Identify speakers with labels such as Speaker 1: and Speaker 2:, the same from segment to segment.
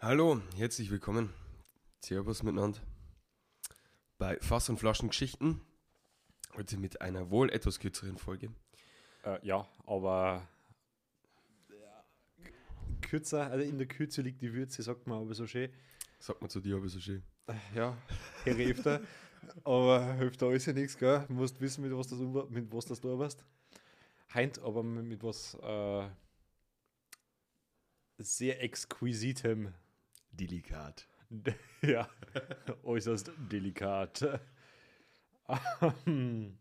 Speaker 1: Hallo, herzlich willkommen. Servus miteinander. Bei Fass und Flaschen Geschichten. Heute mit einer wohl etwas kürzeren Folge.
Speaker 2: Äh, ja, aber kürzer, also in der Kürze liegt die Würze, sagt man aber so schön.
Speaker 1: Sagt man zu dir, aber so schön.
Speaker 2: Ja, Herr öfter. aber hilft da alles ja nichts, gell? Du musst wissen, mit was das, um- mit was das da warst. Heint, aber mit mit was äh, sehr exquisitem.
Speaker 1: Delikat.
Speaker 2: ja, äußerst delikat. Ähm,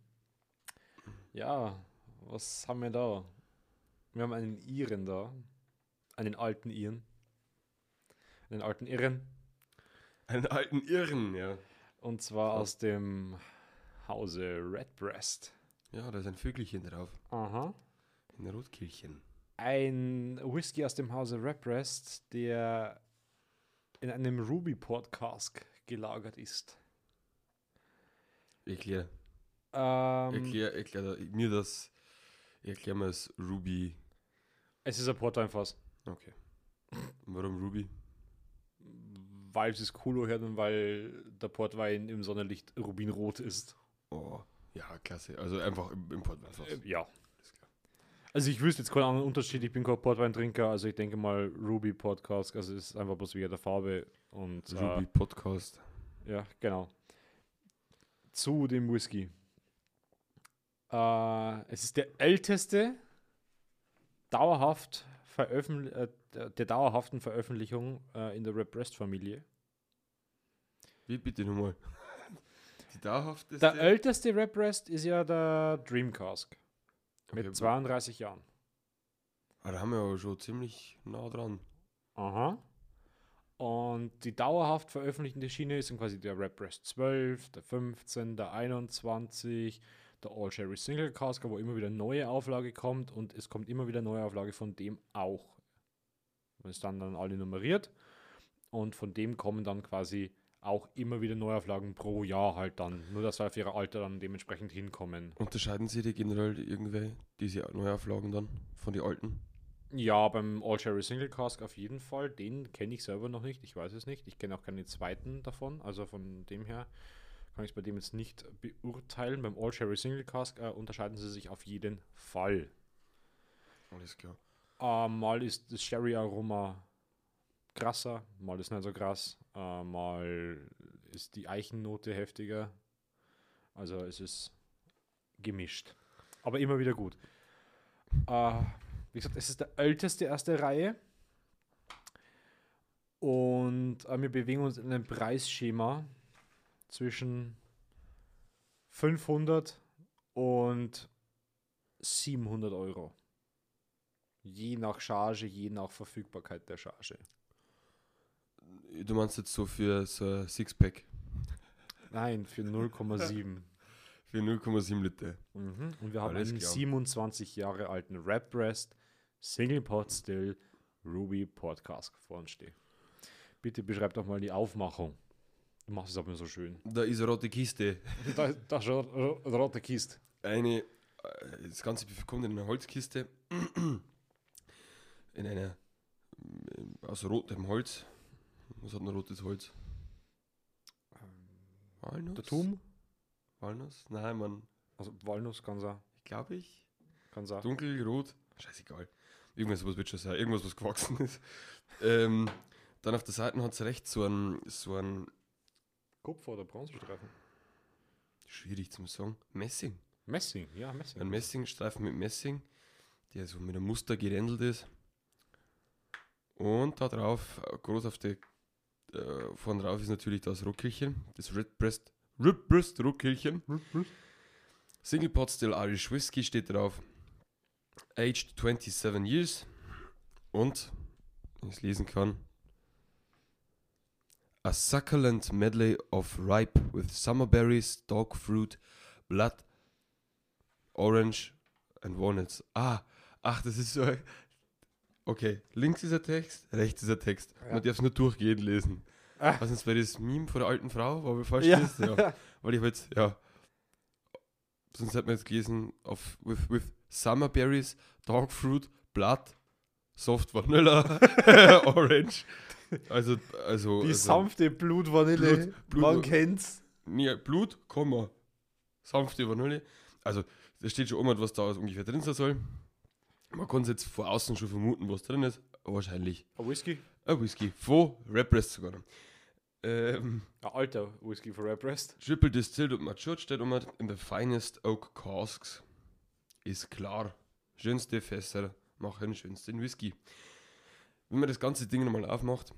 Speaker 2: ja, was haben wir da? Wir haben einen Iren da. Einen alten Iren. Einen alten Irren.
Speaker 1: Einen alten Irren, ja.
Speaker 2: Und zwar aus dem Hause Redbreast.
Speaker 1: Ja, da ist ein Vögelchen drauf.
Speaker 2: Aha.
Speaker 1: Ein Rotkehlchen.
Speaker 2: Ein Whisky aus dem Hause Redbreast, der in einem Ruby Port Cask gelagert ist.
Speaker 1: Erklär,
Speaker 2: Ähm,
Speaker 1: erklär, erklär da- mir das. Erklär mir das Ruby.
Speaker 2: es ist ein Portweinfass.
Speaker 1: Okay. Warum Ruby?
Speaker 2: weil es Kolo hört und weil der Portwein im Sonnenlicht rubinrot ist.
Speaker 1: Oh, ja, klasse. Also einfach im Import.
Speaker 2: Äh, ja. Also ich wüsste jetzt keinen anderen Unterschied, ich bin kein Portweintrinker, also ich denke mal Ruby Podcast, also es ist einfach bloß wegen der Farbe und ähm,
Speaker 1: Ruby Podcast.
Speaker 2: Äh, ja, genau. Zu dem Whisky. Äh, es ist der älteste dauerhaft veröffentlich äh, der der dauerhaften Veröffentlichung äh, in der Red Breast Familie.
Speaker 1: Wie bitte nochmal? Die dauerhafteste.
Speaker 2: Der älteste Represt ist ja der Dreamcast mit
Speaker 1: Okay,
Speaker 2: 32 Jahren.
Speaker 1: Ah, da haben wir aber schon ziemlich nah dran.
Speaker 2: Aha. Und die dauerhaft veröffentlichte Schiene sind quasi der Represt 12, der 15, der 21, der All Sherry Single Cask, wo immer wieder neue Auflage kommt und es kommt immer wieder neue Auflage von dem auch. Und es dann dann alle nummeriert und von dem kommen dann quasi auch immer wieder Neuauflagen pro Jahr halt dann. Nur dass wir auf ihre Alter dann dementsprechend hinkommen.
Speaker 1: Unterscheiden sich die generell irgendwie, diese Neuauflagen dann, von den alten?
Speaker 2: Ja, beim All Sherry Single Cask auf jeden Fall. Den kenne ich selber noch nicht. Ich weiß es nicht. Ich kenne auch keine zweiten davon. Also von dem her kann ich es bei dem jetzt nicht beurteilen. Beim All Sherry Single Cask äh, unterscheiden sie sich auf jeden Fall.
Speaker 1: Alles klar.
Speaker 2: Äh, mal ist das Sherry Aroma krasser, mal ist nicht so krass, äh, mal ist die Eichennote heftiger. Also es ist gemischt, aber immer wieder gut. Äh, wie gesagt, es ist der älteste erste Reihe und äh, wir bewegen uns in einem Preisschema zwischen 500 und 700 Euro. Je nach Charge, je nach Verfügbarkeit der Charge.
Speaker 1: Du meinst jetzt so für so ein Sixpack,
Speaker 2: Nein, für 0,7.
Speaker 1: für 0,7 Liter.
Speaker 2: mhm. Und wir haben
Speaker 1: Alles
Speaker 2: einen
Speaker 1: klar.
Speaker 2: 27 Jahre alten Rap Breast Single Pot Still Ruby Podcast vor uns stehen. Bitte beschreib doch mal die Aufmachung. Du machst es aber so schön.
Speaker 1: Da ist eine rote Kiste.
Speaker 2: Da, da ist eine ro- rote Kiste.
Speaker 1: Eine, äh, das Ganze kommt in einer Holzkiste, in einer, ähm, aus rotem Holz. Was hat ein rotes Holz? Walnuss?
Speaker 2: Der Tum?
Speaker 1: Walnuss? Nein, Mann.
Speaker 2: Also Walnuss kann sein.
Speaker 1: Glaube ich.
Speaker 2: Kann sein.
Speaker 1: Dunkel, rot, scheißegal. Irgendwas, was wird schon sein, irgendwas, was gewachsen ist. Ähm, dann auf der Seite hat es rechts so einen, so einen,
Speaker 2: Kupfer oder Bronzestreifen?
Speaker 1: schwierig zum sagen, Messing.
Speaker 2: Messing, ja, Messing.
Speaker 1: Ein Messingstreifen mit Messing, der so mit einem Muster gerändert ist. Und da drauf, äh, groß auf der, äh, vorn drauf ist natürlich das Ruckelchen, das Redbreast, Redbreast Ruckelchen. Single Pot Still Irish Whiskey steht drauf. Aged 27 years. Und, wenn ich es lesen kann, a succulent medley of ripe with summer berries, dog fruit, blood, orange and walnuts. Ah, ach, das ist so. ein- Okay, links ist der Text, rechts ist der Text.
Speaker 2: Ja.
Speaker 1: Man darf es nur durchgehend lesen.
Speaker 2: Ah.
Speaker 1: Was ist das, das Meme von der alten Frau? War mir falsch
Speaker 2: Ja.
Speaker 1: gelesen? Ja. Weil ich hab jetzt, ja, sonst hätten wir jetzt gelesen, auf, with, with summer berries, dog fruit, blood, Soft Vanilla, Orange. Also, also.
Speaker 3: Die
Speaker 1: also,
Speaker 3: sanfte Blutvanille.
Speaker 1: Blut- Blut-
Speaker 3: Man kennt's.
Speaker 1: Nee, Blut, Komma, sanfte Vanille. Also, da steht schon immer, was da ungefähr drin sein soll. Man kann es jetzt von außen schon vermuten, was drin ist. Aber Wahrscheinlich
Speaker 2: Ein Whisky?
Speaker 1: ein Whisky. Von Repress sogar. noch. Ähm,
Speaker 2: Ein alter Whisky von Repressed.
Speaker 1: Triple Distilled und Matured steht immer in the finest oak casks. Ist klar. Schönste Fässer machen schönsten Whisky. Wenn man das ganze Ding nochmal aufmacht,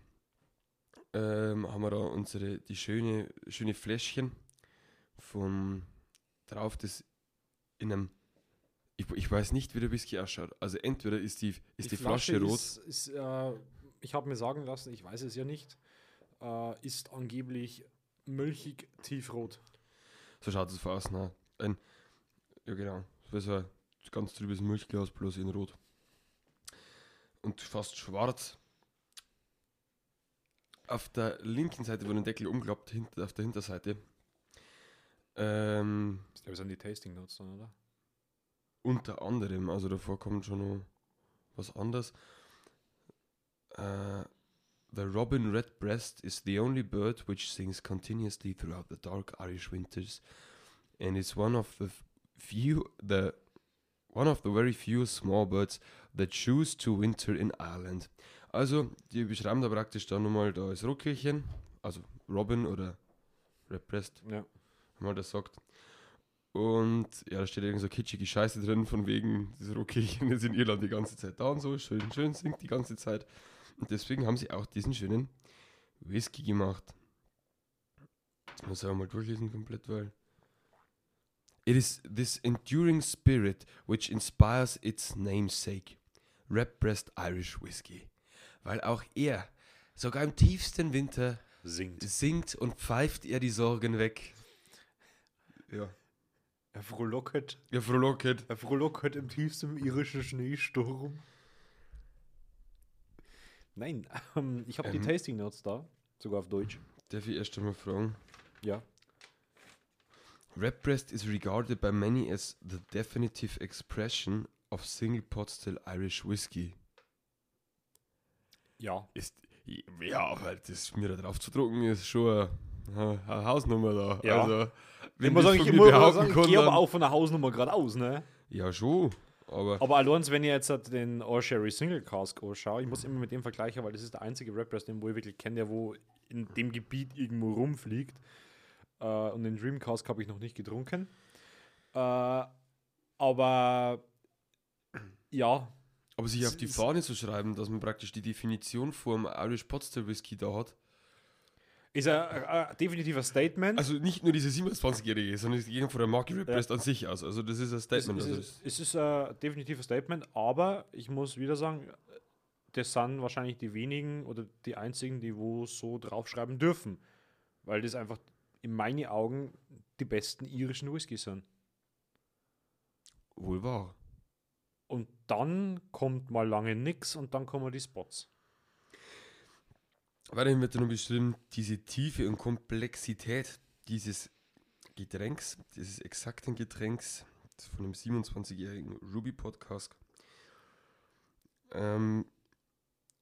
Speaker 1: ähm, haben wir da unsere, die schöne, schöne Fläschchen vom drauf, das in einem ich, ich weiß nicht, wie der Whisky ausschaut. Also entweder ist die, ist die, Flasche, rot.
Speaker 2: Ist, ist, äh, ich habe mir sagen lassen, ich weiß es ja nicht, äh, ist angeblich milchig tiefrot.
Speaker 1: So schaut es von außen aus. Ein, ja, genau. Das ist ein ganz trübes Milchglas, bloß in Rot. Und fast schwarz. Auf der linken Seite, wo der Deckel umklappt, hinter, auf der Hinterseite, ähm,
Speaker 2: Ich glaube, das sind die Tasting Notes dann, oder?
Speaker 1: unter anderem, also davor kommt schon noch was anderes. Äh, the robin redbreast is the only bird which sings continuously throughout the dark Irish winters, and is one of the f- few the one of the very few small birds that choose to winter in Ireland. Also, die beschreiben da praktisch dann nochmal, da ist Ruckelchen, also Robin oder Redbreast
Speaker 2: Ja.
Speaker 1: wenn man das sagt. Und ja, da steht irgendwie so kitschige Scheiße drin, von wegen, diese Rotkehlchen ist in Irland die ganze Zeit da und so, schön, schön singt die ganze Zeit. Und deswegen haben sie auch diesen schönen Whisky gemacht. Das muss ich auch mal durchlesen komplett, weil. It is this enduring spirit which inspires its namesake, Redbreast Irish Whisky. Weil auch er, sogar im tiefsten Winter,
Speaker 2: Singt.
Speaker 1: singt und pfeift er die Sorgen weg. Ja.
Speaker 3: Er frohlocket.
Speaker 1: Ja, frohlocket.
Speaker 3: Er frohlocket im tiefsten irischen Schneesturm.
Speaker 2: Nein, ähm, ich habe die
Speaker 1: Ähm.
Speaker 2: Tasting Notes da, sogar auf Deutsch.
Speaker 1: Darf ich erst einmal fragen?
Speaker 2: Ja.
Speaker 1: Redbreast is regarded by many as the definitive expression of single pot still Irish whiskey.
Speaker 2: Ja.
Speaker 1: Ist, ja, aber das mir da drauf zu drucken ist schon eine, eine Hausnummer da.
Speaker 2: Ja.
Speaker 1: Also,
Speaker 2: Ich
Speaker 1: wenn
Speaker 2: muss
Speaker 1: das
Speaker 2: sagen, ich,
Speaker 1: von mir
Speaker 2: muss
Speaker 1: behaupten
Speaker 2: sagen, ich
Speaker 1: kann,
Speaker 2: gehe aber
Speaker 1: dann-
Speaker 2: auch von der Hausnummer gerade aus, ne?
Speaker 1: Ja, schon. Aber,
Speaker 2: Aber Alons, wenn ihr jetzt halt den All Sherry Single Cask anschaut, ich muss immer mit dem vergleichen, weil das ist der einzige Rapper, den wo ich wirklich kenne, der wo in dem Gebiet irgendwo rumfliegt. Äh, und den Dream Cask habe ich noch nicht getrunken. Äh, aber ja,
Speaker 1: aber sich auf die
Speaker 2: es-
Speaker 1: Fahne zu schreiben, dass man praktisch die Definition vom Irish Pot Still Whisky da hat,
Speaker 2: ist ein, ein definitiver Statement.
Speaker 1: Also nicht nur diese 27-Jährige, sondern es ging von der Marke Repressed an sich aus. Also das ist ein
Speaker 2: es,
Speaker 1: Statement.
Speaker 2: es,
Speaker 1: also
Speaker 2: ist, es ist ein definitives Statement, aber ich muss wieder sagen, das sind wahrscheinlich die wenigen oder die einzigen, die wo so draufschreiben dürfen. Weil das einfach in meinen Augen die besten irischen Whiskys sind.
Speaker 1: wohl wahr.
Speaker 2: Und dann kommt mal lange nix und dann kommen die Spots.
Speaker 1: Weiterhin wird dann noch beschrieben, diese Tiefe und Komplexität dieses Getränks, dieses exakten Getränks von dem 27-jährigen Ruby Podcast. Ähm,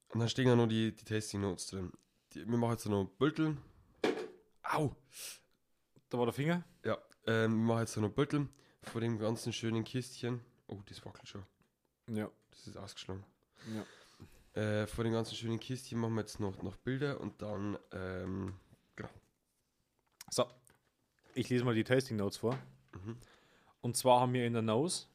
Speaker 1: und dann stehen ja noch die, die Tasting Notes drin. Die, wir machen jetzt noch ein Beutel. Au!
Speaker 2: Da war der Finger.
Speaker 1: Ja, ähm, wir machen jetzt noch ein Beutel von dem ganzen schönen Kistchen. Oh, das wackelt schon.
Speaker 2: Ja.
Speaker 1: Das ist ausgeschlagen.
Speaker 2: Ja.
Speaker 1: Äh, vor den ganzen schönen Kistchen machen wir jetzt noch, noch Bilder und dann. Ähm,
Speaker 2: So, ich lese mal die Tasting Notes vor.
Speaker 1: Mhm.
Speaker 2: Und zwar haben wir in der Nose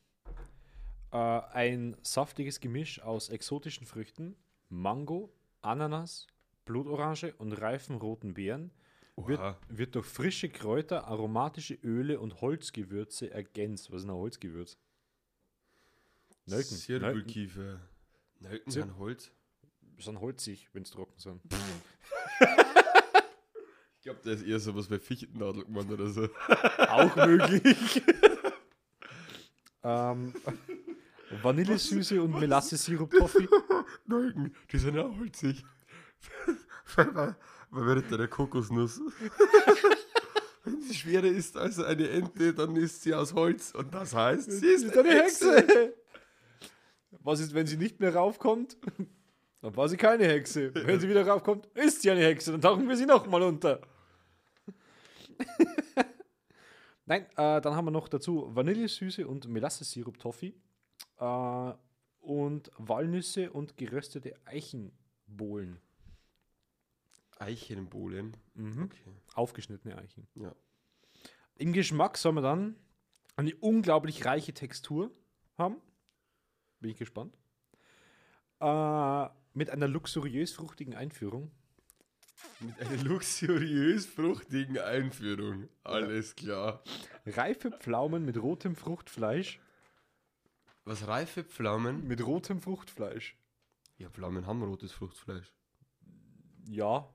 Speaker 2: äh, ein saftiges Gemisch aus exotischen Früchten, Mango, Ananas, Blutorange und reifen roten Beeren. Wird,
Speaker 1: Oha.
Speaker 2: wird durch frische Kräuter, aromatische Öle und Holzgewürze ergänzt. Was ist denn ein Holzgewürz? Nelken. Nelken
Speaker 1: Zirbelkiefer. Nelken
Speaker 2: Zir-
Speaker 1: sind Holz.
Speaker 2: sind holzig, wenn es trocken sind.
Speaker 1: Ich glaube, da ist eher sowas bei Fichtennadel gemacht oder so.
Speaker 2: Auch möglich. ähm, Vanillesüße und Melasse-Sirup-Toffee.
Speaker 1: Nelken, die sind auch holzig. weil, weil, weil während der Kokosnuss. Wenn sie schwerer ist als eine Ente, dann ist sie aus Holz und das heißt, sie ist
Speaker 2: Eine Hexe.
Speaker 3: Was ist, wenn sie nicht mehr raufkommt? Dann war sie keine Hexe. Wenn sie wieder raufkommt, ist sie eine Hexe. Dann tauchen wir sie nochmal unter.
Speaker 2: Nein, äh, dann haben wir noch dazu Vanillesüße und Melassesirup Toffee äh, und Walnüsse und geröstete Eichenbohlen.
Speaker 1: Eichenbohlen.
Speaker 3: Mhm.
Speaker 1: Okay.
Speaker 2: Aufgeschnittene Eichen.
Speaker 1: Ja.
Speaker 2: Im Geschmack soll man dann eine unglaublich reiche Textur haben. Bin ich gespannt. Äh, mit einer luxuriös fruchtigen Einführung.
Speaker 1: Mit einer luxuriös fruchtigen Einführung. Alles klar.
Speaker 2: Reife Pflaumen mit rotem Fruchtfleisch.
Speaker 1: Was reife Pflaumen?
Speaker 3: Mit rotem Fruchtfleisch.
Speaker 1: Ja, Pflaumen haben rotes Fruchtfleisch.
Speaker 2: Ja.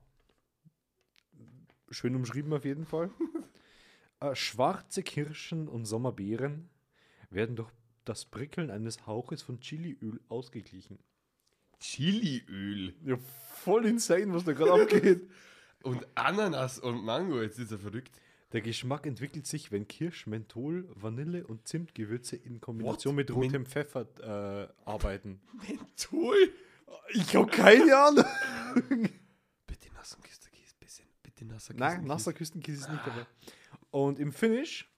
Speaker 2: Schön umschrieben auf jeden Fall. äh, schwarze Kirschen und Sommerbeeren werden durch das Prickeln eines Hauches von Chiliöl ausgeglichen.
Speaker 1: Chiliöl.
Speaker 3: Ja, voll insane, was da gerade abgeht.
Speaker 1: Und Ananas und Mango. Jetzt ist er verrückt.
Speaker 2: Der Geschmack entwickelt sich, wenn Kirsch, Menthol, Vanille und Zimtgewürze in Kombination mit rotem Pfeffer äh, arbeiten.
Speaker 1: Toll.
Speaker 3: Ich hab keine Ahnung.
Speaker 1: Bitte nassen Kisterkies. Bisschen. Bitte nasser
Speaker 2: Nein, nasser Küstenkiss ist nicht dabei. Und im Finish,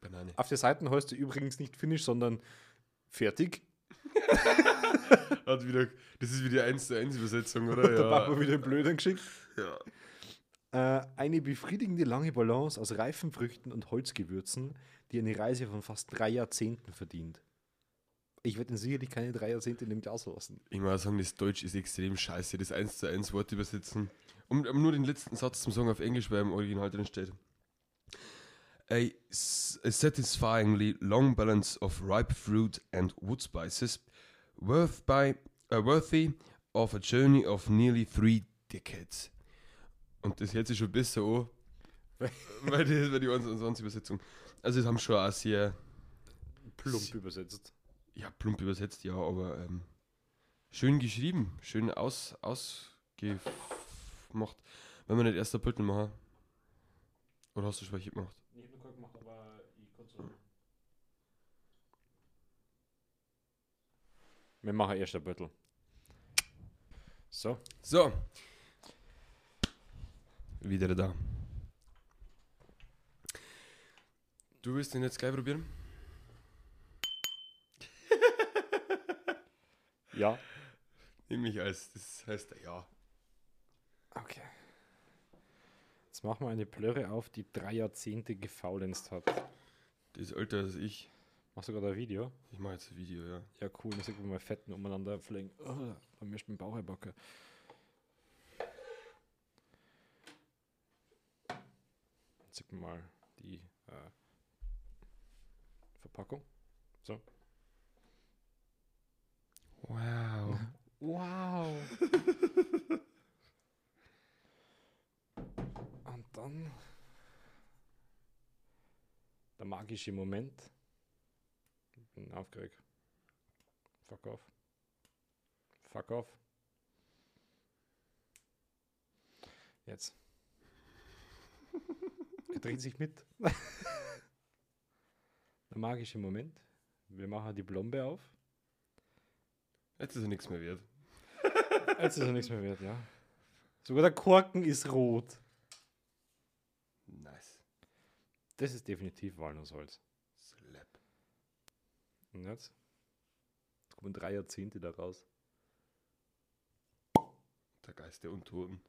Speaker 1: Banane.
Speaker 2: auf der Seite heißt du übrigens nicht Finish, sondern fertig.
Speaker 1: Hat wieder, das ist wieder 1 zu 1 Übersetzung, oder?
Speaker 2: Der Papa
Speaker 1: Ja.
Speaker 2: wieder blöd geschickt.
Speaker 1: ja.
Speaker 2: Äh, eine befriedigende lange Balance aus reifen Früchten und Holzgewürzen, die eine Reise von fast drei Jahrzehnten verdient. Ich werde ihn sicherlich keine drei Jahrzehnte in dem Glas lassen.
Speaker 1: Ich muss sagen, das Deutsch ist extrem scheiße, das 1 zu 1 Wort übersetzen. Um, um nur den letzten Satz zum Song auf Englisch, weil er im Original drin steht. A, s- a satisfyingly long balance of ripe fruit and wood spices, worth by, uh, worthy of a journey of nearly three decades. Und das hört sich schon besser an, weil das war die 1 zu 1 Übersetzung. Also, das haben schon auch sehr
Speaker 2: Plump übersetzt.
Speaker 1: ja, plump übersetzt, ja, aber ähm, schön geschrieben, schön aus, ausgemacht. Wenn wir nicht erst ein Büttel machen. Oder hast du schon welche gemacht?
Speaker 2: Ich habe nur gemacht, aber ich konnte Wir machen erst ein Büttel. So.
Speaker 1: So. Wieder da. Du willst den jetzt gleich probieren?
Speaker 2: Ja.
Speaker 1: Nimm mich als, das heißt ja.
Speaker 2: Okay. Jetzt machen wir eine Plörre auf, die drei Jahrzehnte gefaulenzt hat.
Speaker 1: Das ist älter als ich.
Speaker 2: Machst du gerade ein Video?
Speaker 1: Ich mache jetzt ein Video, ja.
Speaker 2: Ja, cool, muss ich mal Fetten umeinander fliegen. Oh, bei mir ist mein Bauch erbacke. Jetzt sieht man mal die äh, Verpackung.
Speaker 1: Wow.
Speaker 2: Wow! Und dann der magische Moment. Ich bin aufgeregt. Fuck off. Fuck off. Jetzt. Er dreht sich mit. der magische Moment. Wir machen die Blombe auf.
Speaker 1: Jetzt ist er nichts mehr wert.
Speaker 2: Jetzt ist er nichts mehr wert, ja. Sogar der Korken ist rot.
Speaker 1: Nice.
Speaker 2: Das ist definitiv Walnussholz.
Speaker 1: Slap.
Speaker 2: Und jetzt? Jetzt kommen drei Jahrzehnte da raus.
Speaker 1: Der Geist der Untoten.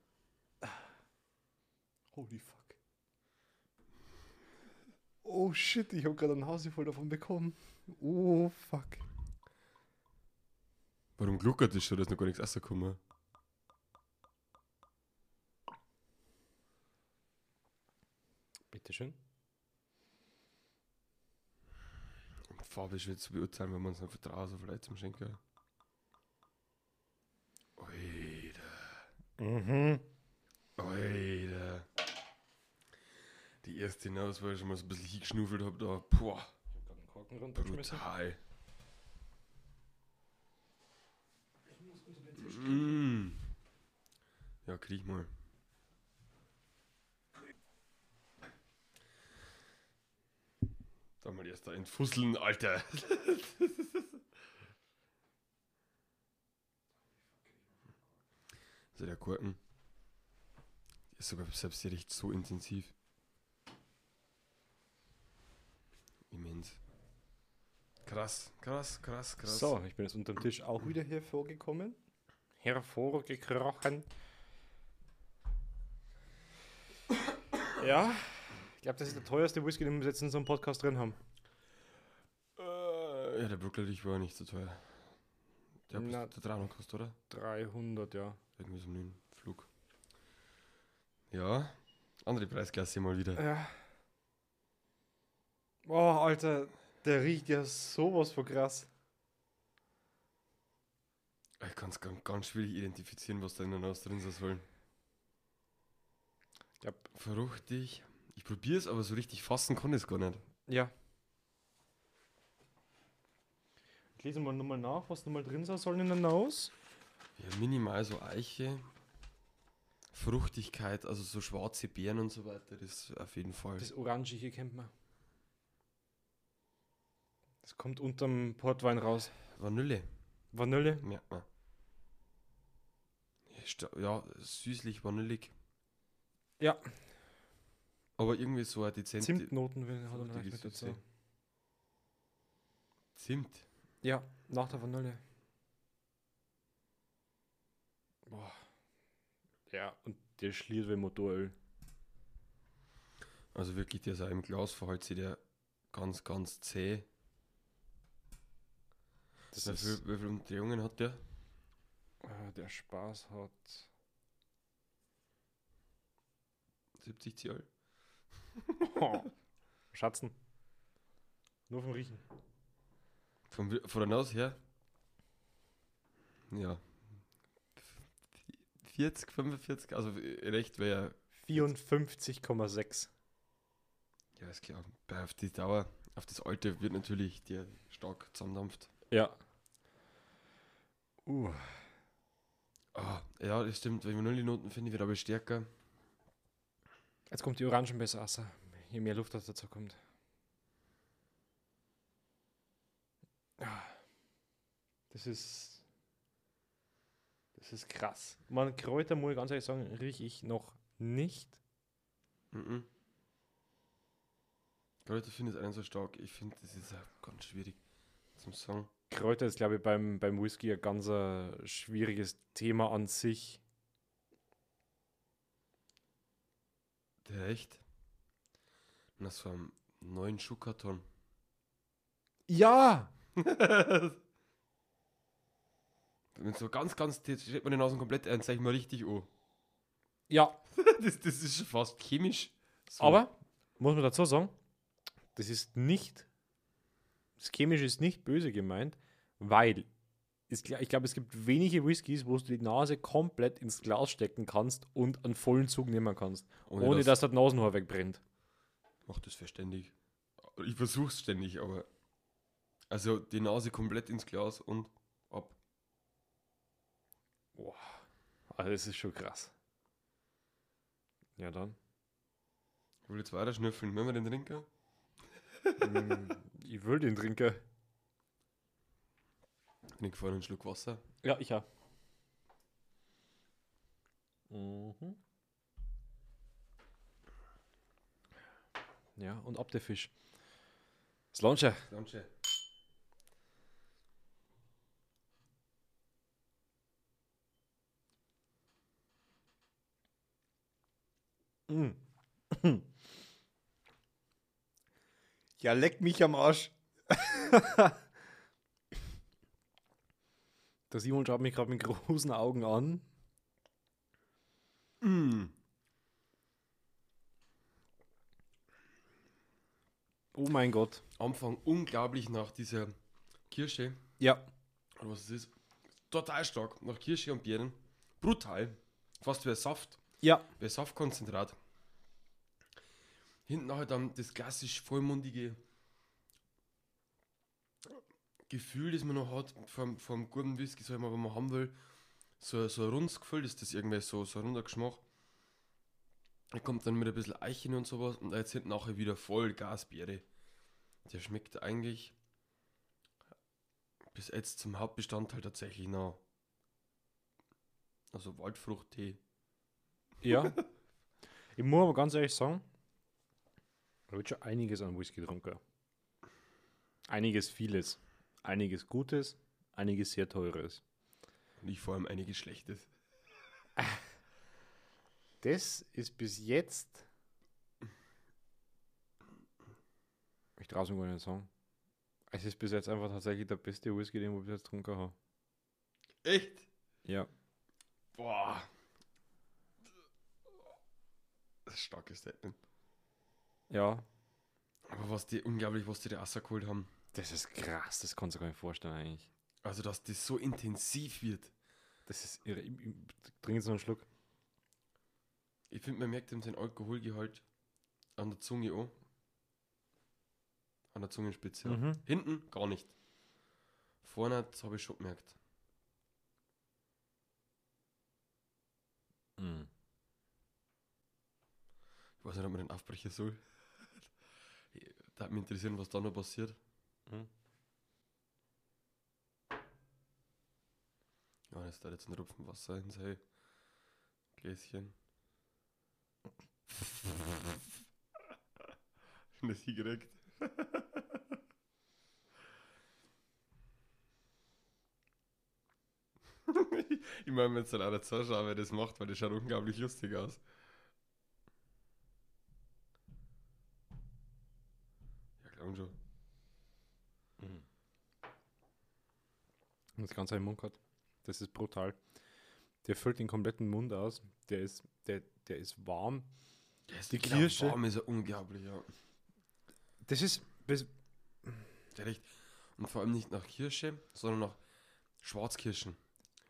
Speaker 2: Holy fuck. Oh shit, ich habe gerade ein Hausi voll davon bekommen. Oh fuck.
Speaker 1: Warum gluckert das schon? Da ist noch gar nichts rausgekommen.
Speaker 2: Bitteschön.
Speaker 1: Farbe ist schwer zu beurteilen, wenn man es einfach draußen vielleicht zum Schenker. Alter,
Speaker 2: Mhm.
Speaker 1: Alter. Die erste Nase, weil ich schon mal so ein bisschen hingeschnuffelt habe, da, boah,
Speaker 2: Ich habe gerade einen Korken runtergeschmissen.
Speaker 1: brutal. Mm. Ja, krieg mal. Da mal erst da entfusseln, Alter. Alter, der Gurken. Die Ist sogar selbst die riecht so intensiv. Immens. Krass, krass, krass, krass.
Speaker 2: So, ich bin jetzt unterm Tisch auch wieder hervorgekommen. Hervorgekrochen. Ja, ich glaube, das ist der teuerste Whisky, den wir jetzt in so einem Podcast drin haben.
Speaker 1: Äh, ja, der Brooklyn war nicht so teuer. Der hat
Speaker 2: Na-
Speaker 1: bloß der 300 gekostet, oder?
Speaker 2: 300, ja.
Speaker 1: Irgendwie so einen Flug. Ja, andere Preisklasse mal wieder.
Speaker 2: Ja. Oh, Alter, der riecht ja sowas von krass.
Speaker 1: Ich kann es ganz, ganz schwierig identifizieren, was da in der Nase drin sein soll.
Speaker 2: Ich glaub-
Speaker 1: Fruchtig. Ich probiere es, aber so richtig fassen kann ich es gar nicht.
Speaker 2: Ja. Ich lese mal nochmal nach, was nochmal drin sein soll in der Nose.
Speaker 1: Ja, minimal so Eiche. Fruchtigkeit, also so schwarze Beeren und so weiter, das auf jeden Fall.
Speaker 2: Das Orange hier kennt man. Das kommt unterm Portwein raus.
Speaker 1: Vanille,
Speaker 2: Vanille.
Speaker 1: merkt man. Ja, sta- Ja, süßlich, vanillig.
Speaker 2: Ja.
Speaker 1: Aber irgendwie so eine dezente
Speaker 2: Zimtnoten will- hat er
Speaker 1: fruchtige
Speaker 2: vielleicht mit
Speaker 1: Süße.
Speaker 2: dazu.
Speaker 1: Zimt.
Speaker 2: Ja, nach der Vanille. Boah. Ja, und der schliert wie Motoröl.
Speaker 1: Also wirklich, der ist auch im Glas verhält sich der ganz, ganz zäh.
Speaker 2: Das
Speaker 1: Wie
Speaker 2: ist,
Speaker 1: viel, wie viel Umdrehungen hat der?
Speaker 2: Ah, der Spaß hat.
Speaker 1: 70 Zoll?
Speaker 2: Schatzen. Nur vom Riechen.
Speaker 1: Von, wi- von der Nase her? Ja. 40, 45, also äh, recht wäre
Speaker 2: 54,6.
Speaker 1: ja, ist klar. Bei- Auf die Dauer, auf das Alte wird natürlich der stark zusammendampft.
Speaker 2: Ja. Uh.
Speaker 1: Ah, ja, das stimmt, wenn man nur die Noten finde, wird aber stärker.
Speaker 2: Jetzt kommt die Orangen besser, Asser. Je mehr Luft das dazu kommt. Ah. Das ist. Das ist krass. Man, Kräuter, muss ich ganz ehrlich sagen, rieche ich noch nicht.
Speaker 1: Mhm. Gerade finde ich es einen so stark. Ich finde, das ist auch ganz schwierig zum Song.
Speaker 2: Kräuter ist, glaube ich, beim, beim Whisky ein ganz äh, schwieriges Thema an sich.
Speaker 1: Der echt? Na, so einem neuen Schuhkarton.
Speaker 2: Ja!
Speaker 1: Wenn so ganz, ganz, jetzt steht man die Nase komplett ein, zeig mal richtig an.
Speaker 2: Ja,
Speaker 1: Das, das ist schon fast chemisch. So.
Speaker 2: aber muss man dazu sagen, das ist nicht. Das Chemische ist nicht böse gemeint, weil es, gl- ich glaube, es gibt wenige Whiskys, wo du die Nase komplett ins Glas stecken kannst und einen vollen Zug nehmen kannst, ohne, dass das Nasenhaar wegbrennt.
Speaker 1: Macht das verständig. Ich versuch's ständig, aber. Also die Nase komplett ins Glas und ab.
Speaker 2: Boah, also das ist schon krass. Ja, dann.
Speaker 1: Ich will jetzt weiter schnüffeln. Wenn wir den trinken?
Speaker 2: Mm, ich will den Trinker.
Speaker 1: Bin ich gefahren, einen Schluck Wasser.
Speaker 2: Ja, ich ja. Mhm. Ja, und ab der Fisch. Das Launcher.
Speaker 1: Danke.
Speaker 2: Mhm. Ja, leck mich am Arsch. der Simon schaut mich gerade mit großen Augen an.
Speaker 1: Mm.
Speaker 2: Oh mein Gott.
Speaker 1: Anfang unglaublich nach dieser Kirsche.
Speaker 2: Ja.
Speaker 1: oder was es ist. Total stark. Nach Kirsche und Birnen. Brutal. Fast wie ein Saft.
Speaker 2: Ja.
Speaker 1: Wie ein Saftkonzentrat. Hinten nachher dann das klassisch vollmundige Gefühl, das man noch hat vom, vom guten Whisky, sag ich mal, wenn man haben will. So, so ein rundes Gefühl ist das irgendwie so, so ein runder Geschmack. Da kommt dann mit ein bisschen Eichen und sowas und jetzt hinten nachher wieder voll Gasbiere. Der schmeckt eigentlich bis jetzt zum Hauptbestandteil tatsächlich noch Also Waldfruchttee.
Speaker 4: Ja.
Speaker 2: Ich muss aber ganz ehrlich sagen, da wird schon einiges an Whisky getrunken. Einiges vieles. Einiges Gutes, einiges sehr Teures.
Speaker 1: Und ich vor allem einiges Schlechtes.
Speaker 2: Das ist bis jetzt. Ich traue es mir gar nicht sagen. Es ist bis jetzt einfach tatsächlich der beste Whisky, den ich bis jetzt getrunken habe.
Speaker 1: Echt?
Speaker 2: Ja.
Speaker 1: Boah. Das ist ein starkes Statement.
Speaker 2: Ja.
Speaker 1: Aber was die, unglaublich, was die da rausgeholt haben.
Speaker 2: Das ist krass, das kannst du gar nicht vorstellen eigentlich.
Speaker 1: Also, dass das so intensiv wird.
Speaker 2: Das ist irre. Ich, ich, trink jetzt noch einen Schluck.
Speaker 1: Ich finde, man merkt ihm den Alkoholgehalt an der Zunge an. An der Zungenspitze. ja.
Speaker 2: Mhm.
Speaker 1: Hinten gar nicht. Vorne habe ich schon gemerkt.
Speaker 2: Mhm.
Speaker 1: Ich weiß nicht, ob man den aufbrechen soll. Da würde mich interessieren, was da noch passiert.
Speaker 2: Mhm.
Speaker 1: Ja, das da jetzt ein Rupfen Wasser in sein Gläschen. Schon das hingekriegt. ich meine, wenn es dann auch nicht zuschauen, wer das macht, weil das schaut unglaublich lustig aus. Ja, glaube schon.
Speaker 2: Und Mhm. das Ganze im Mund hat. Das ist brutal. Der füllt den kompletten Mund aus. Der ist, der, der ist warm.
Speaker 1: Der ist
Speaker 2: Die
Speaker 1: klar
Speaker 2: Kirsche.
Speaker 1: Warm ist ja unglaublich, ja.
Speaker 2: Das ist. Das,
Speaker 1: Der riecht. Und vor allem nicht nach Kirsche, sondern nach Schwarzkirschen.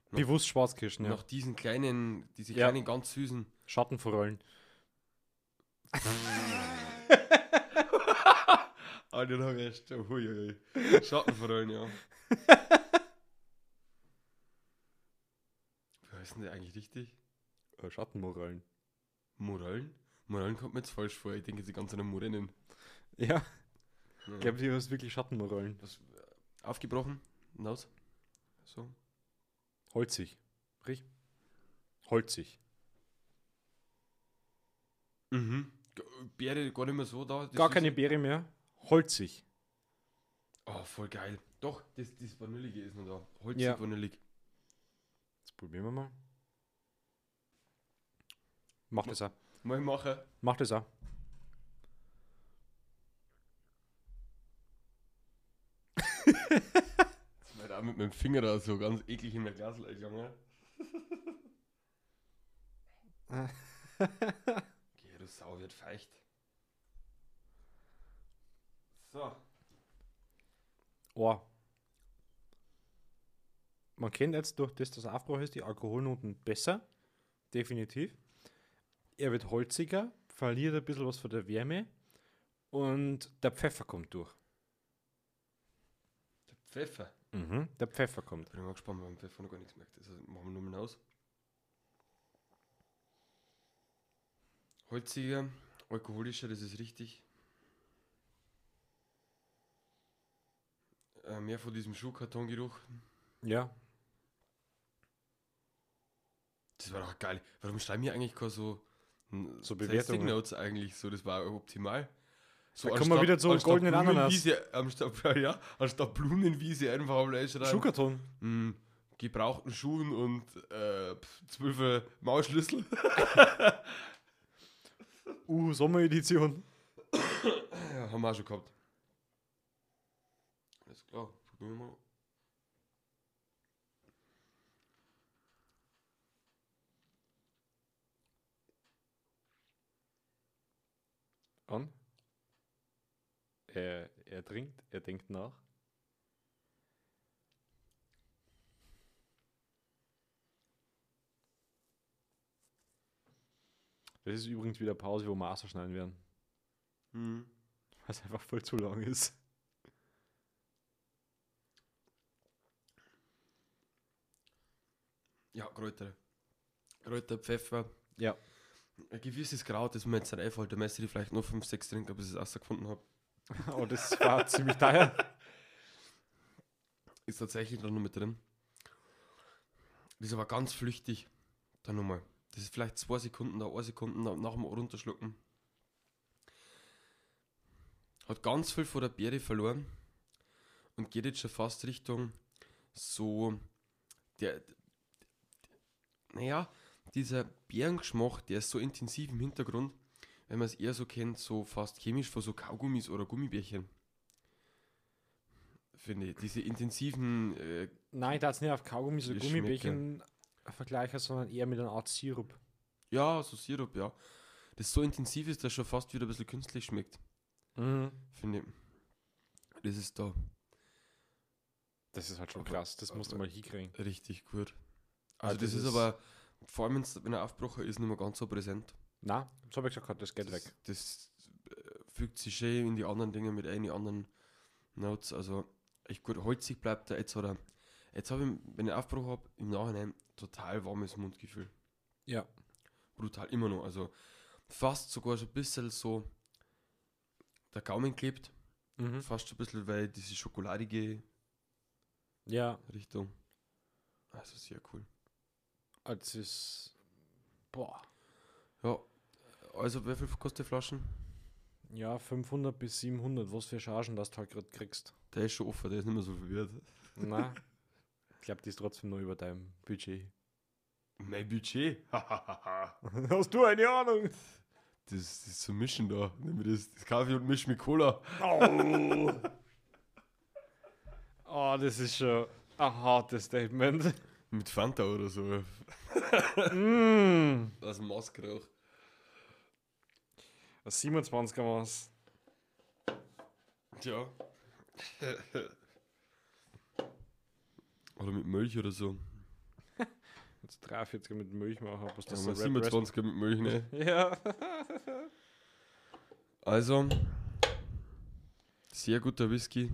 Speaker 2: Bewusst Schwarzkirschen, ja.
Speaker 1: Nach diesen kleinen, diese
Speaker 2: Ja.
Speaker 1: kleinen, ganz süßen.
Speaker 2: Schattenforellen. Äh,
Speaker 1: Ah, den habe ich echt. Uiuiui. Schattenforellen, ja. Wie heißen die eigentlich richtig?
Speaker 2: Äh, Schattenmorellen.
Speaker 1: Morellen? Morellen kommt mir jetzt falsch vor. Ich denke jetzt die ganzen an Morennen.
Speaker 2: Ja,
Speaker 1: Ja.
Speaker 2: ich glaube, die ist wirklich Schattenmorellen.
Speaker 1: Das, aufgebrochen. Hinaus. So.
Speaker 2: Holzig. Richtig. Holzig.
Speaker 1: Mhm. G- Beere gar nicht mehr so da. das
Speaker 2: Gar
Speaker 1: ist-
Speaker 2: keine Beere mehr. Holzig.
Speaker 1: Oh, voll geil. Doch, das, das Vanillige ist noch da. Holzig
Speaker 2: Ja.
Speaker 1: vanillig.
Speaker 2: Jetzt probieren wir mal. Mach das auch.
Speaker 1: Mal machen.
Speaker 2: Mach das auch.
Speaker 1: Jetzt bin ich auch mit meinem Finger da so ganz eklig in der Glas gegangen. Geh, du Sau, wird feucht. So.
Speaker 2: Oh. Man kennt jetzt durch das, dass er Aufbruch ist, die Alkoholnoten besser. Definitiv. Er wird holziger, verliert ein bisschen was von der Wärme und der Pfeffer kommt durch.
Speaker 1: Der Pfeffer.
Speaker 2: Der Pfeffer kommt.
Speaker 1: Bin ich mal gespannt, weil beim Pfeffer noch gar nichts merkt. Also machen wir nur mal aus. Holziger, alkoholischer, das ist richtig. Äh, mehr von diesem Schuhkartongeruch.
Speaker 2: Ja.
Speaker 1: Das war doch geil. Warum schreiben wir eigentlich gar so, n-
Speaker 2: So
Speaker 1: Tasting
Speaker 2: Bewertungen.
Speaker 1: Notes eigentlich so? Das war optimal. So
Speaker 2: Da kommen wir wieder zu goldenen
Speaker 1: Blumenwiese, anstatt, ja, anstatt Blumenwiese einfach am Fleisch rein.
Speaker 2: Schuhkarton.
Speaker 1: Mm, gebrauchten Schuhen und äh, pf, zwölfe Maulschlüssel.
Speaker 2: Uh, Sommeredition.
Speaker 1: Ja, haben wir auch schon gehabt. Alles klar, probieren wir mal.
Speaker 2: An. Er, er trinkt, er denkt nach. Das ist übrigens wieder Pause, wo wir Master schneiden werden,
Speaker 1: Hm.
Speaker 2: weil es einfach voll zu lang ist.
Speaker 1: Ja, Kräuter. Kräuter, Pfeffer.
Speaker 2: Ja.
Speaker 1: Ein gewisses Kraut, das mir jetzt nicht einfällt. Da müsste ich vielleicht noch 5, 6 trinken, bis ich es rausgefunden habe.
Speaker 2: Oh, das war ziemlich teuer.
Speaker 1: Ist tatsächlich noch mit drin. Das ist aber ganz flüchtig. Dann nochmal. Das ist vielleicht zwei Sekunden da, eine Sekunde nach, nach dem Runterschlucken. Hat ganz viel von der Beere verloren und geht jetzt schon fast Richtung so der, naja, dieser Bärengeschmack, der ist so intensiv im Hintergrund, wenn man es eher so kennt, so fast chemisch von so Kaugummis oder Gummibärchen. Finde ich. Diese intensiven, äh,
Speaker 2: Nein, ich darf es nicht auf Kaugummi so
Speaker 1: Die
Speaker 2: Gummibärchen vergleichen, sondern eher mit einer Art Sirup.
Speaker 1: ja, so Sirup, ja. Das so intensiv ist, dass schon fast wieder ein bisschen künstlich schmeckt,
Speaker 2: Mhm.
Speaker 1: finde ich. Das ist da
Speaker 2: Das ist halt schon
Speaker 1: Aber-
Speaker 2: krass, das musst du
Speaker 1: aber-
Speaker 2: mal hinkriegen.
Speaker 1: richtig gut. Also,
Speaker 2: Ah,
Speaker 1: das, ist aber, vor allem wenn's- wenn er aufbrochen ist, nicht mehr ganz so präsent.
Speaker 2: Na, so habe ich gesagt, das geht
Speaker 1: das,
Speaker 2: weg.
Speaker 1: Das äh, fügt sich schön in die anderen Dinge mit ein, die anderen Notes. Also, echt gut, holzig bleibt er jetzt oder. Jetzt habe ich, wenn ich Aufbruch habe, im Nachhinein total warmes Mundgefühl.
Speaker 2: Ja.
Speaker 1: Brutal, immer noch. Also, fast sogar schon ein bisschen so. Der Gaumen klebt,
Speaker 2: Mhm.
Speaker 1: fast schon ein bisschen, weil diese schokoladige
Speaker 2: Ja,
Speaker 1: Richtung. Also, sehr cool.
Speaker 2: es ist. Boah.
Speaker 1: Ja, also, wie viel kostet die Flaschen?
Speaker 2: Ja, 500 bis 700, was für Chargen das du halt gerade kriegst.
Speaker 1: Der ist schon offen, der ist nicht mehr so verwirrt.
Speaker 2: Na, ich glaube, die ist trotzdem nur über deinem Budget.
Speaker 1: Mein Budget?
Speaker 2: Hast du eine Ahnung?
Speaker 1: Das, das zum Mischen da. Nimm mir das, das Kaffee und misch mit Cola.
Speaker 2: Oh. oh, das ist schon ein hartes Statement.
Speaker 1: Mit Fanta oder so.
Speaker 2: mm.
Speaker 1: Aus dem Maskrauch.
Speaker 2: Ein 27 er was.
Speaker 1: Tja. oder mit Milch oder so.
Speaker 2: Jetzt 43 mit Milch machen, was
Speaker 1: Das
Speaker 2: das
Speaker 1: haben wir
Speaker 2: so Red
Speaker 1: 27 mit Milch, ne?
Speaker 2: Rest- Ja.
Speaker 1: Also, sehr guter Whisky.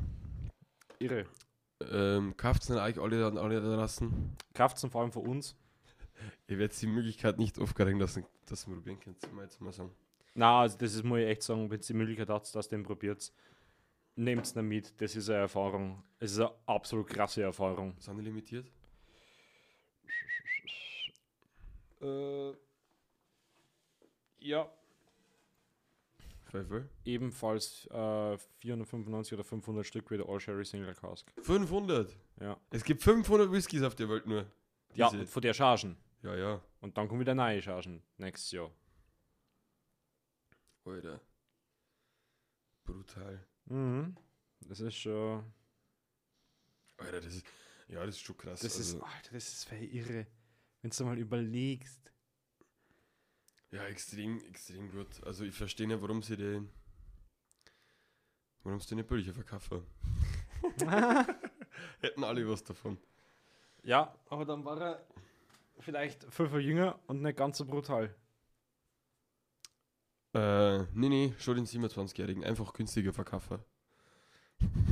Speaker 2: Irre.
Speaker 1: Ähm, Kauft es euch alle, an alle da draußen.
Speaker 2: Kraft sind vor allem von uns.
Speaker 1: Ihr werdet die Möglichkeit nicht aufgeregt lassen, dass ihr probieren könnt. Das muss ich jetzt mal sagen.
Speaker 2: Na, also das ist, muss ich echt sagen, wenn ihr die Möglichkeit habt, dass ihr den probiert, nehmt es mit. Das ist eine Erfahrung. Es ist eine absolut krasse Erfahrung.
Speaker 1: Sind die limitiert?
Speaker 2: Äh, ja.
Speaker 1: Wie viel?
Speaker 2: Ebenfalls äh, 495 oder 500 Stück wie der All Sherry Single Cask.
Speaker 1: 500!
Speaker 2: Ja.
Speaker 1: Es gibt 500 Whiskys auf der Welt nur.
Speaker 2: Ja,
Speaker 1: Diese-
Speaker 2: und von der Chargen.
Speaker 1: ja, ja.
Speaker 2: Und dann kommen wieder neue Chargen nächstes Jahr.
Speaker 1: Alter. Brutal.
Speaker 2: Mhm. Das ist schon.
Speaker 1: Alter, das ist. Ja, das ist schon krass.
Speaker 2: Das
Speaker 1: also,
Speaker 2: ist, Alter, das ist voll irre. Wenn du mal überlegst.
Speaker 1: ja, extrem, extrem gut. Also ich verstehe nicht, warum sie den. Warum sie den Bölcher verkaufen. Hätten alle was davon.
Speaker 2: Ja, aber dann war er vielleicht fünf Jahre jünger und nicht ganz so brutal.
Speaker 1: Äh, nee, nee, schon den 27-Jährigen. Einfach günstiger verkaufen.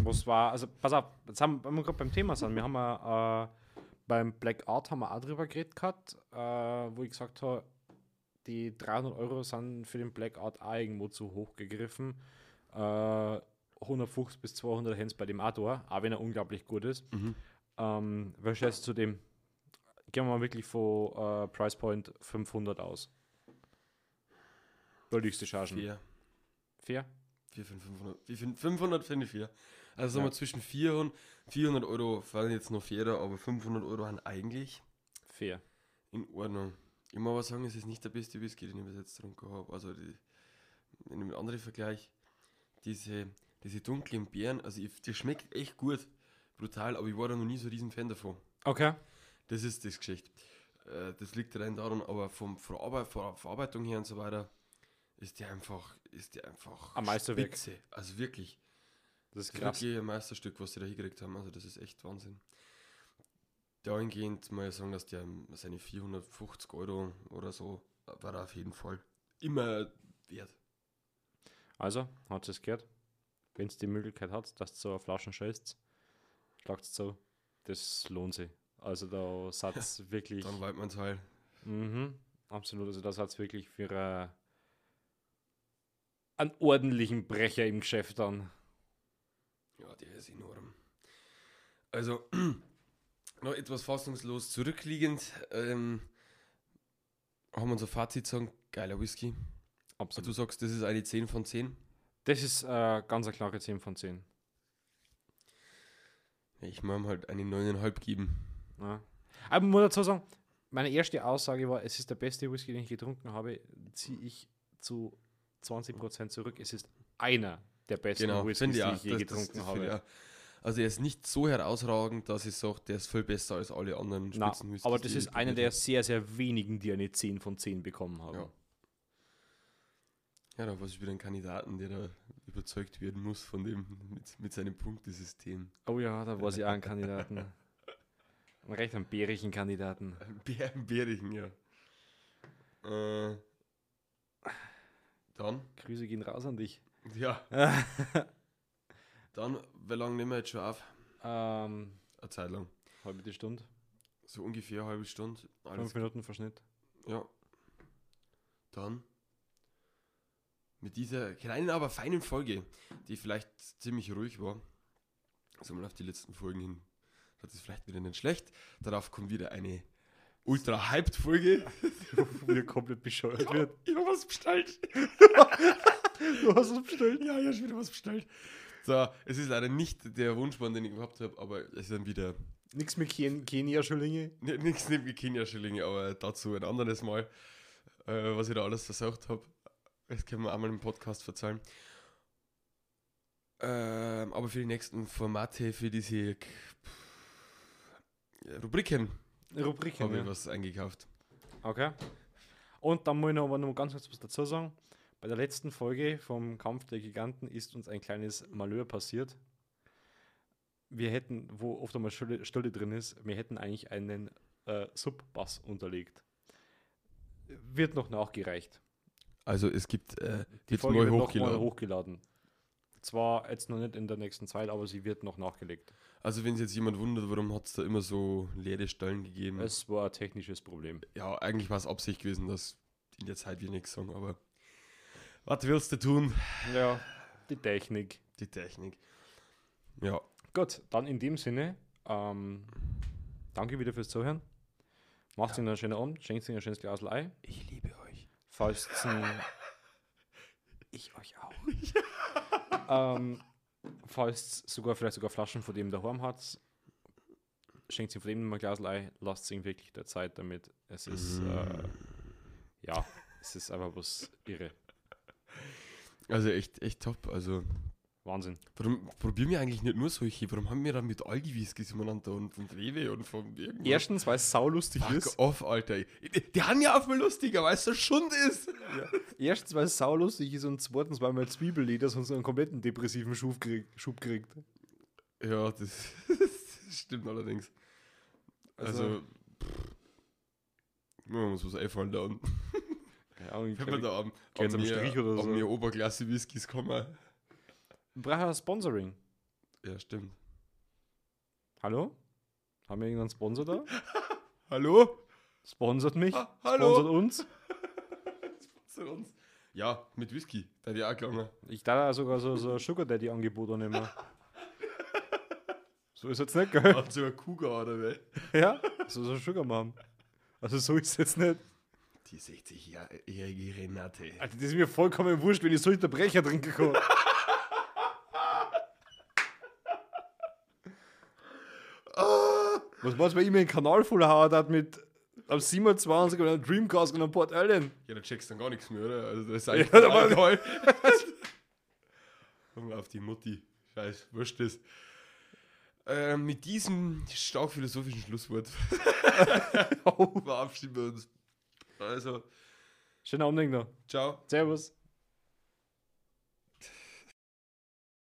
Speaker 2: Was war, also pass auf, jetzt haben wenn wir gerade beim Thema sind. Wir haben ja, äh, beim Black Art haben wir auch drüber geredet gehabt, äh, wo ich gesagt habe, die 300 Euro sind für den Black Art auch irgendwo zu hoch gegriffen. Äh, 150 bis 200 Hens bei dem Ador, auch wenn er unglaublich gut ist.
Speaker 1: Mhm.
Speaker 2: Ähm, was schätzt du dem? Gehen wir mal wirklich von äh, Price Point 500 aus. Billigste Chargen.
Speaker 1: Vier.
Speaker 2: Fair?
Speaker 1: Vier, fünf, 500. Vier, fünf, 500 finde ich vier. Also sagen
Speaker 2: Ja.
Speaker 1: wir zwischen 400 400 Euro fallen jetzt noch fairer, aber 500 Euro haben eigentlich
Speaker 2: Fair.
Speaker 1: In Ordnung. Ich muss aber sagen, es ist nicht der beste Whisky, den ich bis jetzt getrunken habe. Also, die, in einem anderen Vergleich, diese, diese dunklen Beeren, also ich, die schmeckt echt gut, brutal, aber ich war da noch nie so riesen Fan davon.
Speaker 2: Okay.
Speaker 1: Das ist das Geschichte. Äh, das liegt rein daran, aber vom, von, Arbeit, von der Verarbeitung her und so weiter ist die einfach, ist die einfach
Speaker 2: Am Meisterwerk.
Speaker 1: spitze. Also wirklich.
Speaker 2: Das ist
Speaker 1: Das
Speaker 2: krass.
Speaker 1: ist wirklich ein Meisterstück, was sie da hingekriegt haben. Also das ist echt Wahnsinn. Dahingehend muss ich sagen, dass der seine 450 Euro oder so äh, war er auf jeden Fall immer wert.
Speaker 2: Also, hat es gehört. Wenn es die Möglichkeit hat, dass du so eine Flaschen schätzt, schlagt es so. Das lohnt sich. Also da Satz wirklich.
Speaker 1: Dann halt. weit man Teil.
Speaker 2: Mhm, absolut. Also da Satz wirklich für äh, einen ordentlichen Brecher im Geschäft dann.
Speaker 1: Ja, der ist enorm. Also, noch etwas fassungslos zurückliegend. Ähm, haben wir unser Fazit sagen, geiler Whisky.
Speaker 2: Absolut.
Speaker 1: Du sagst, das ist eine 10 von 10.
Speaker 2: Das ist äh, ganz eine klare 10 von 10.
Speaker 1: Ich mag ihm halt eine 9,5 geben.
Speaker 2: Ja. Aber man muss dazu sagen, meine erste Aussage war, es ist der beste Whisky, den ich getrunken habe, ziehe ich zu 20% zurück. Es ist einer der besten
Speaker 1: Genau,
Speaker 2: Whiskys,
Speaker 1: finde ich
Speaker 2: die
Speaker 1: auch.
Speaker 2: ich je
Speaker 1: Das- das-
Speaker 2: getrunken
Speaker 1: das
Speaker 2: habe.
Speaker 1: finde ich auch. Also er ist nicht so herausragend, dass ich sage, der ist viel besser als alle anderen
Speaker 2: Na,
Speaker 1: Spitzenwhiskys,
Speaker 2: aber
Speaker 1: die
Speaker 2: das
Speaker 1: ich
Speaker 2: ist einer
Speaker 1: probiert
Speaker 2: der sehr, sehr wenigen, die eine 10 von 10 bekommen haben.
Speaker 1: Ja. Ja, da war es wieder ein Kandidaten, der da überzeugt werden muss von dem mit, mit seinem Punktesystem.
Speaker 2: Oh ja, da war sie auch ein Kandidaten. Einen recht einen bärigen Kandidaten.
Speaker 1: Ein Bär, ein Bärigen, ja. Äh, dann,
Speaker 2: Grüße gehen raus an dich.
Speaker 1: ja. dann, wie lange nehmen wir jetzt schon auf?
Speaker 2: Ähm,
Speaker 1: Eine Zeit lang.
Speaker 2: halbe die Stunde,
Speaker 1: So ungefähr eine halbe Stunde. Alles,
Speaker 2: fünf Minuten Verschnitt.
Speaker 1: ja. Dann, mit dieser kleinen, aber feinen Folge, die vielleicht ziemlich ruhig war, also mal auf die letzten Folgen hin, hat es vielleicht wieder nicht schlecht. Darauf kommt wieder eine ultra-hyped-Folge.
Speaker 2: Wieder komplett bescheuert wird.
Speaker 1: Ich habe was bestellt.
Speaker 2: Du hast es bestellt.
Speaker 1: Ja, ich habe wieder was bestellt. So, es ist leider nicht der Wunschband, den ich gehabt habe, aber es ist dann wieder
Speaker 2: Nix mit Ken Kenia-Schillinge.
Speaker 1: nichts neben Kenia-Schillinge, aber dazu ein anderes Mal, äh, was ich da alles versucht habe. Das können wir einmal im Podcast verzeihen. Ähm, aber für die nächsten Formate, für diese K- pff, Rubriken
Speaker 2: Rubriken.
Speaker 1: habe
Speaker 2: Ja.
Speaker 1: ich was eingekauft.
Speaker 2: Okay. Und dann muss ich noch, aber noch ganz kurz was dazu sagen. Bei der letzten Folge vom Kampf der Giganten ist uns ein kleines Malheur passiert. Wir hätten, wo oft einmal Stille, Stille drin ist, wir hätten eigentlich einen äh, Sub-Bass unterlegt. Wird noch nachgereicht.
Speaker 1: Also es gibt äh,
Speaker 2: Die
Speaker 1: jetzt
Speaker 2: Folge
Speaker 1: neu
Speaker 2: wird noch mal
Speaker 1: hochgeladen.
Speaker 2: hochgeladen. Zwar jetzt noch nicht in der nächsten Zeit, aber sie wird noch nachgelegt.
Speaker 1: Also wenn sich jetzt jemand wundert, warum hat es da immer so leere Stellen gegeben.
Speaker 2: Es war ein technisches Problem.
Speaker 1: ja, eigentlich war es Absicht gewesen, dass in der Zeit wir nichts sagen, aber was willst du tun?
Speaker 2: Ja, die Technik.
Speaker 1: Die Technik. Ja,
Speaker 2: Gut, dann in dem Sinne, ähm, danke wieder fürs Zuhören. Macht's Ihnen einen schönen Abend, schenkt Ihnen ein schönes Glas Ei.
Speaker 1: ich liebe euch.
Speaker 2: Falls ich euch auch. ähm, falls sogar vielleicht sogar Flaschen von dem daheim hat, schenkt ihm von dem ein Glas Ei, lasst ihn wirklich der Zeit damit. Es ist äh, ja, es ist einfach was irre.
Speaker 1: Also echt, echt top. Also,
Speaker 2: Wahnsinn.
Speaker 1: warum probieren wir eigentlich nicht nur solche? Warum haben wir dann mit Aldi Whiskys umeinander und von Rewe und von irgendwas?
Speaker 2: Erstens, weil es saulustig
Speaker 1: Fuck off, Alter. Die, die haben ja auf mal lustiger, weil es so Schund ist.
Speaker 2: Erstens, weil es saulustig ist und zweitens, weil mein Zwiebellieder sonst einen kompletten depressiven Schub kriegt. Schub kriegt.
Speaker 1: Ja, das, das stimmt allerdings. Also,
Speaker 2: Also-
Speaker 1: pff, man muss was einfallen da unten.
Speaker 2: Keine Ahnung, ich
Speaker 1: Wenn man
Speaker 2: glaub,
Speaker 1: da am,
Speaker 2: Geht's
Speaker 1: an
Speaker 2: am
Speaker 1: mir,
Speaker 2: Strich oder
Speaker 1: an
Speaker 2: so?
Speaker 1: mir Oberklasse Whiskys kommen.
Speaker 2: ich brauche ein Sponsoring.
Speaker 1: Ja, stimmt.
Speaker 2: Hallo? Haben wir irgendeinen Sponsor da?
Speaker 1: Hallo?
Speaker 2: Sponsert mich?
Speaker 1: Ha- hallo?
Speaker 2: Sponsert uns?
Speaker 1: Zu uns. Ja, mit Whisky. Da die auch gegangen.
Speaker 2: Ich darf ja sogar so, so ein Sugar Daddy Angebot annehmen. so ist jetzt nicht, gell?
Speaker 1: Hat sogar Kuga oder was?
Speaker 2: ja? So so ein Sugar Mom. Also so ist jetzt nicht.
Speaker 1: Die 60-jährige Renate.
Speaker 2: Alter, das ist mir vollkommen wurscht, wenn ich so hinter Brecher trinken kann. Was meinst du, wenn ich mir einen Kanal vollhauen hat mit am 27 und einem Dreamcast und einem Port Allen?
Speaker 1: Ja, da checkst du dann gar nichts mehr, oder? Also, das ist eigentlich
Speaker 2: Ja,
Speaker 1: ja,
Speaker 2: da war-
Speaker 1: toll. Komm auf die Mutti. Scheiß, wurscht das. Ähm, mit diesem stark philosophischen Schlusswort verabschieden wir uns. Also,
Speaker 2: Schönen Abend noch.
Speaker 1: ciao.
Speaker 2: Servus.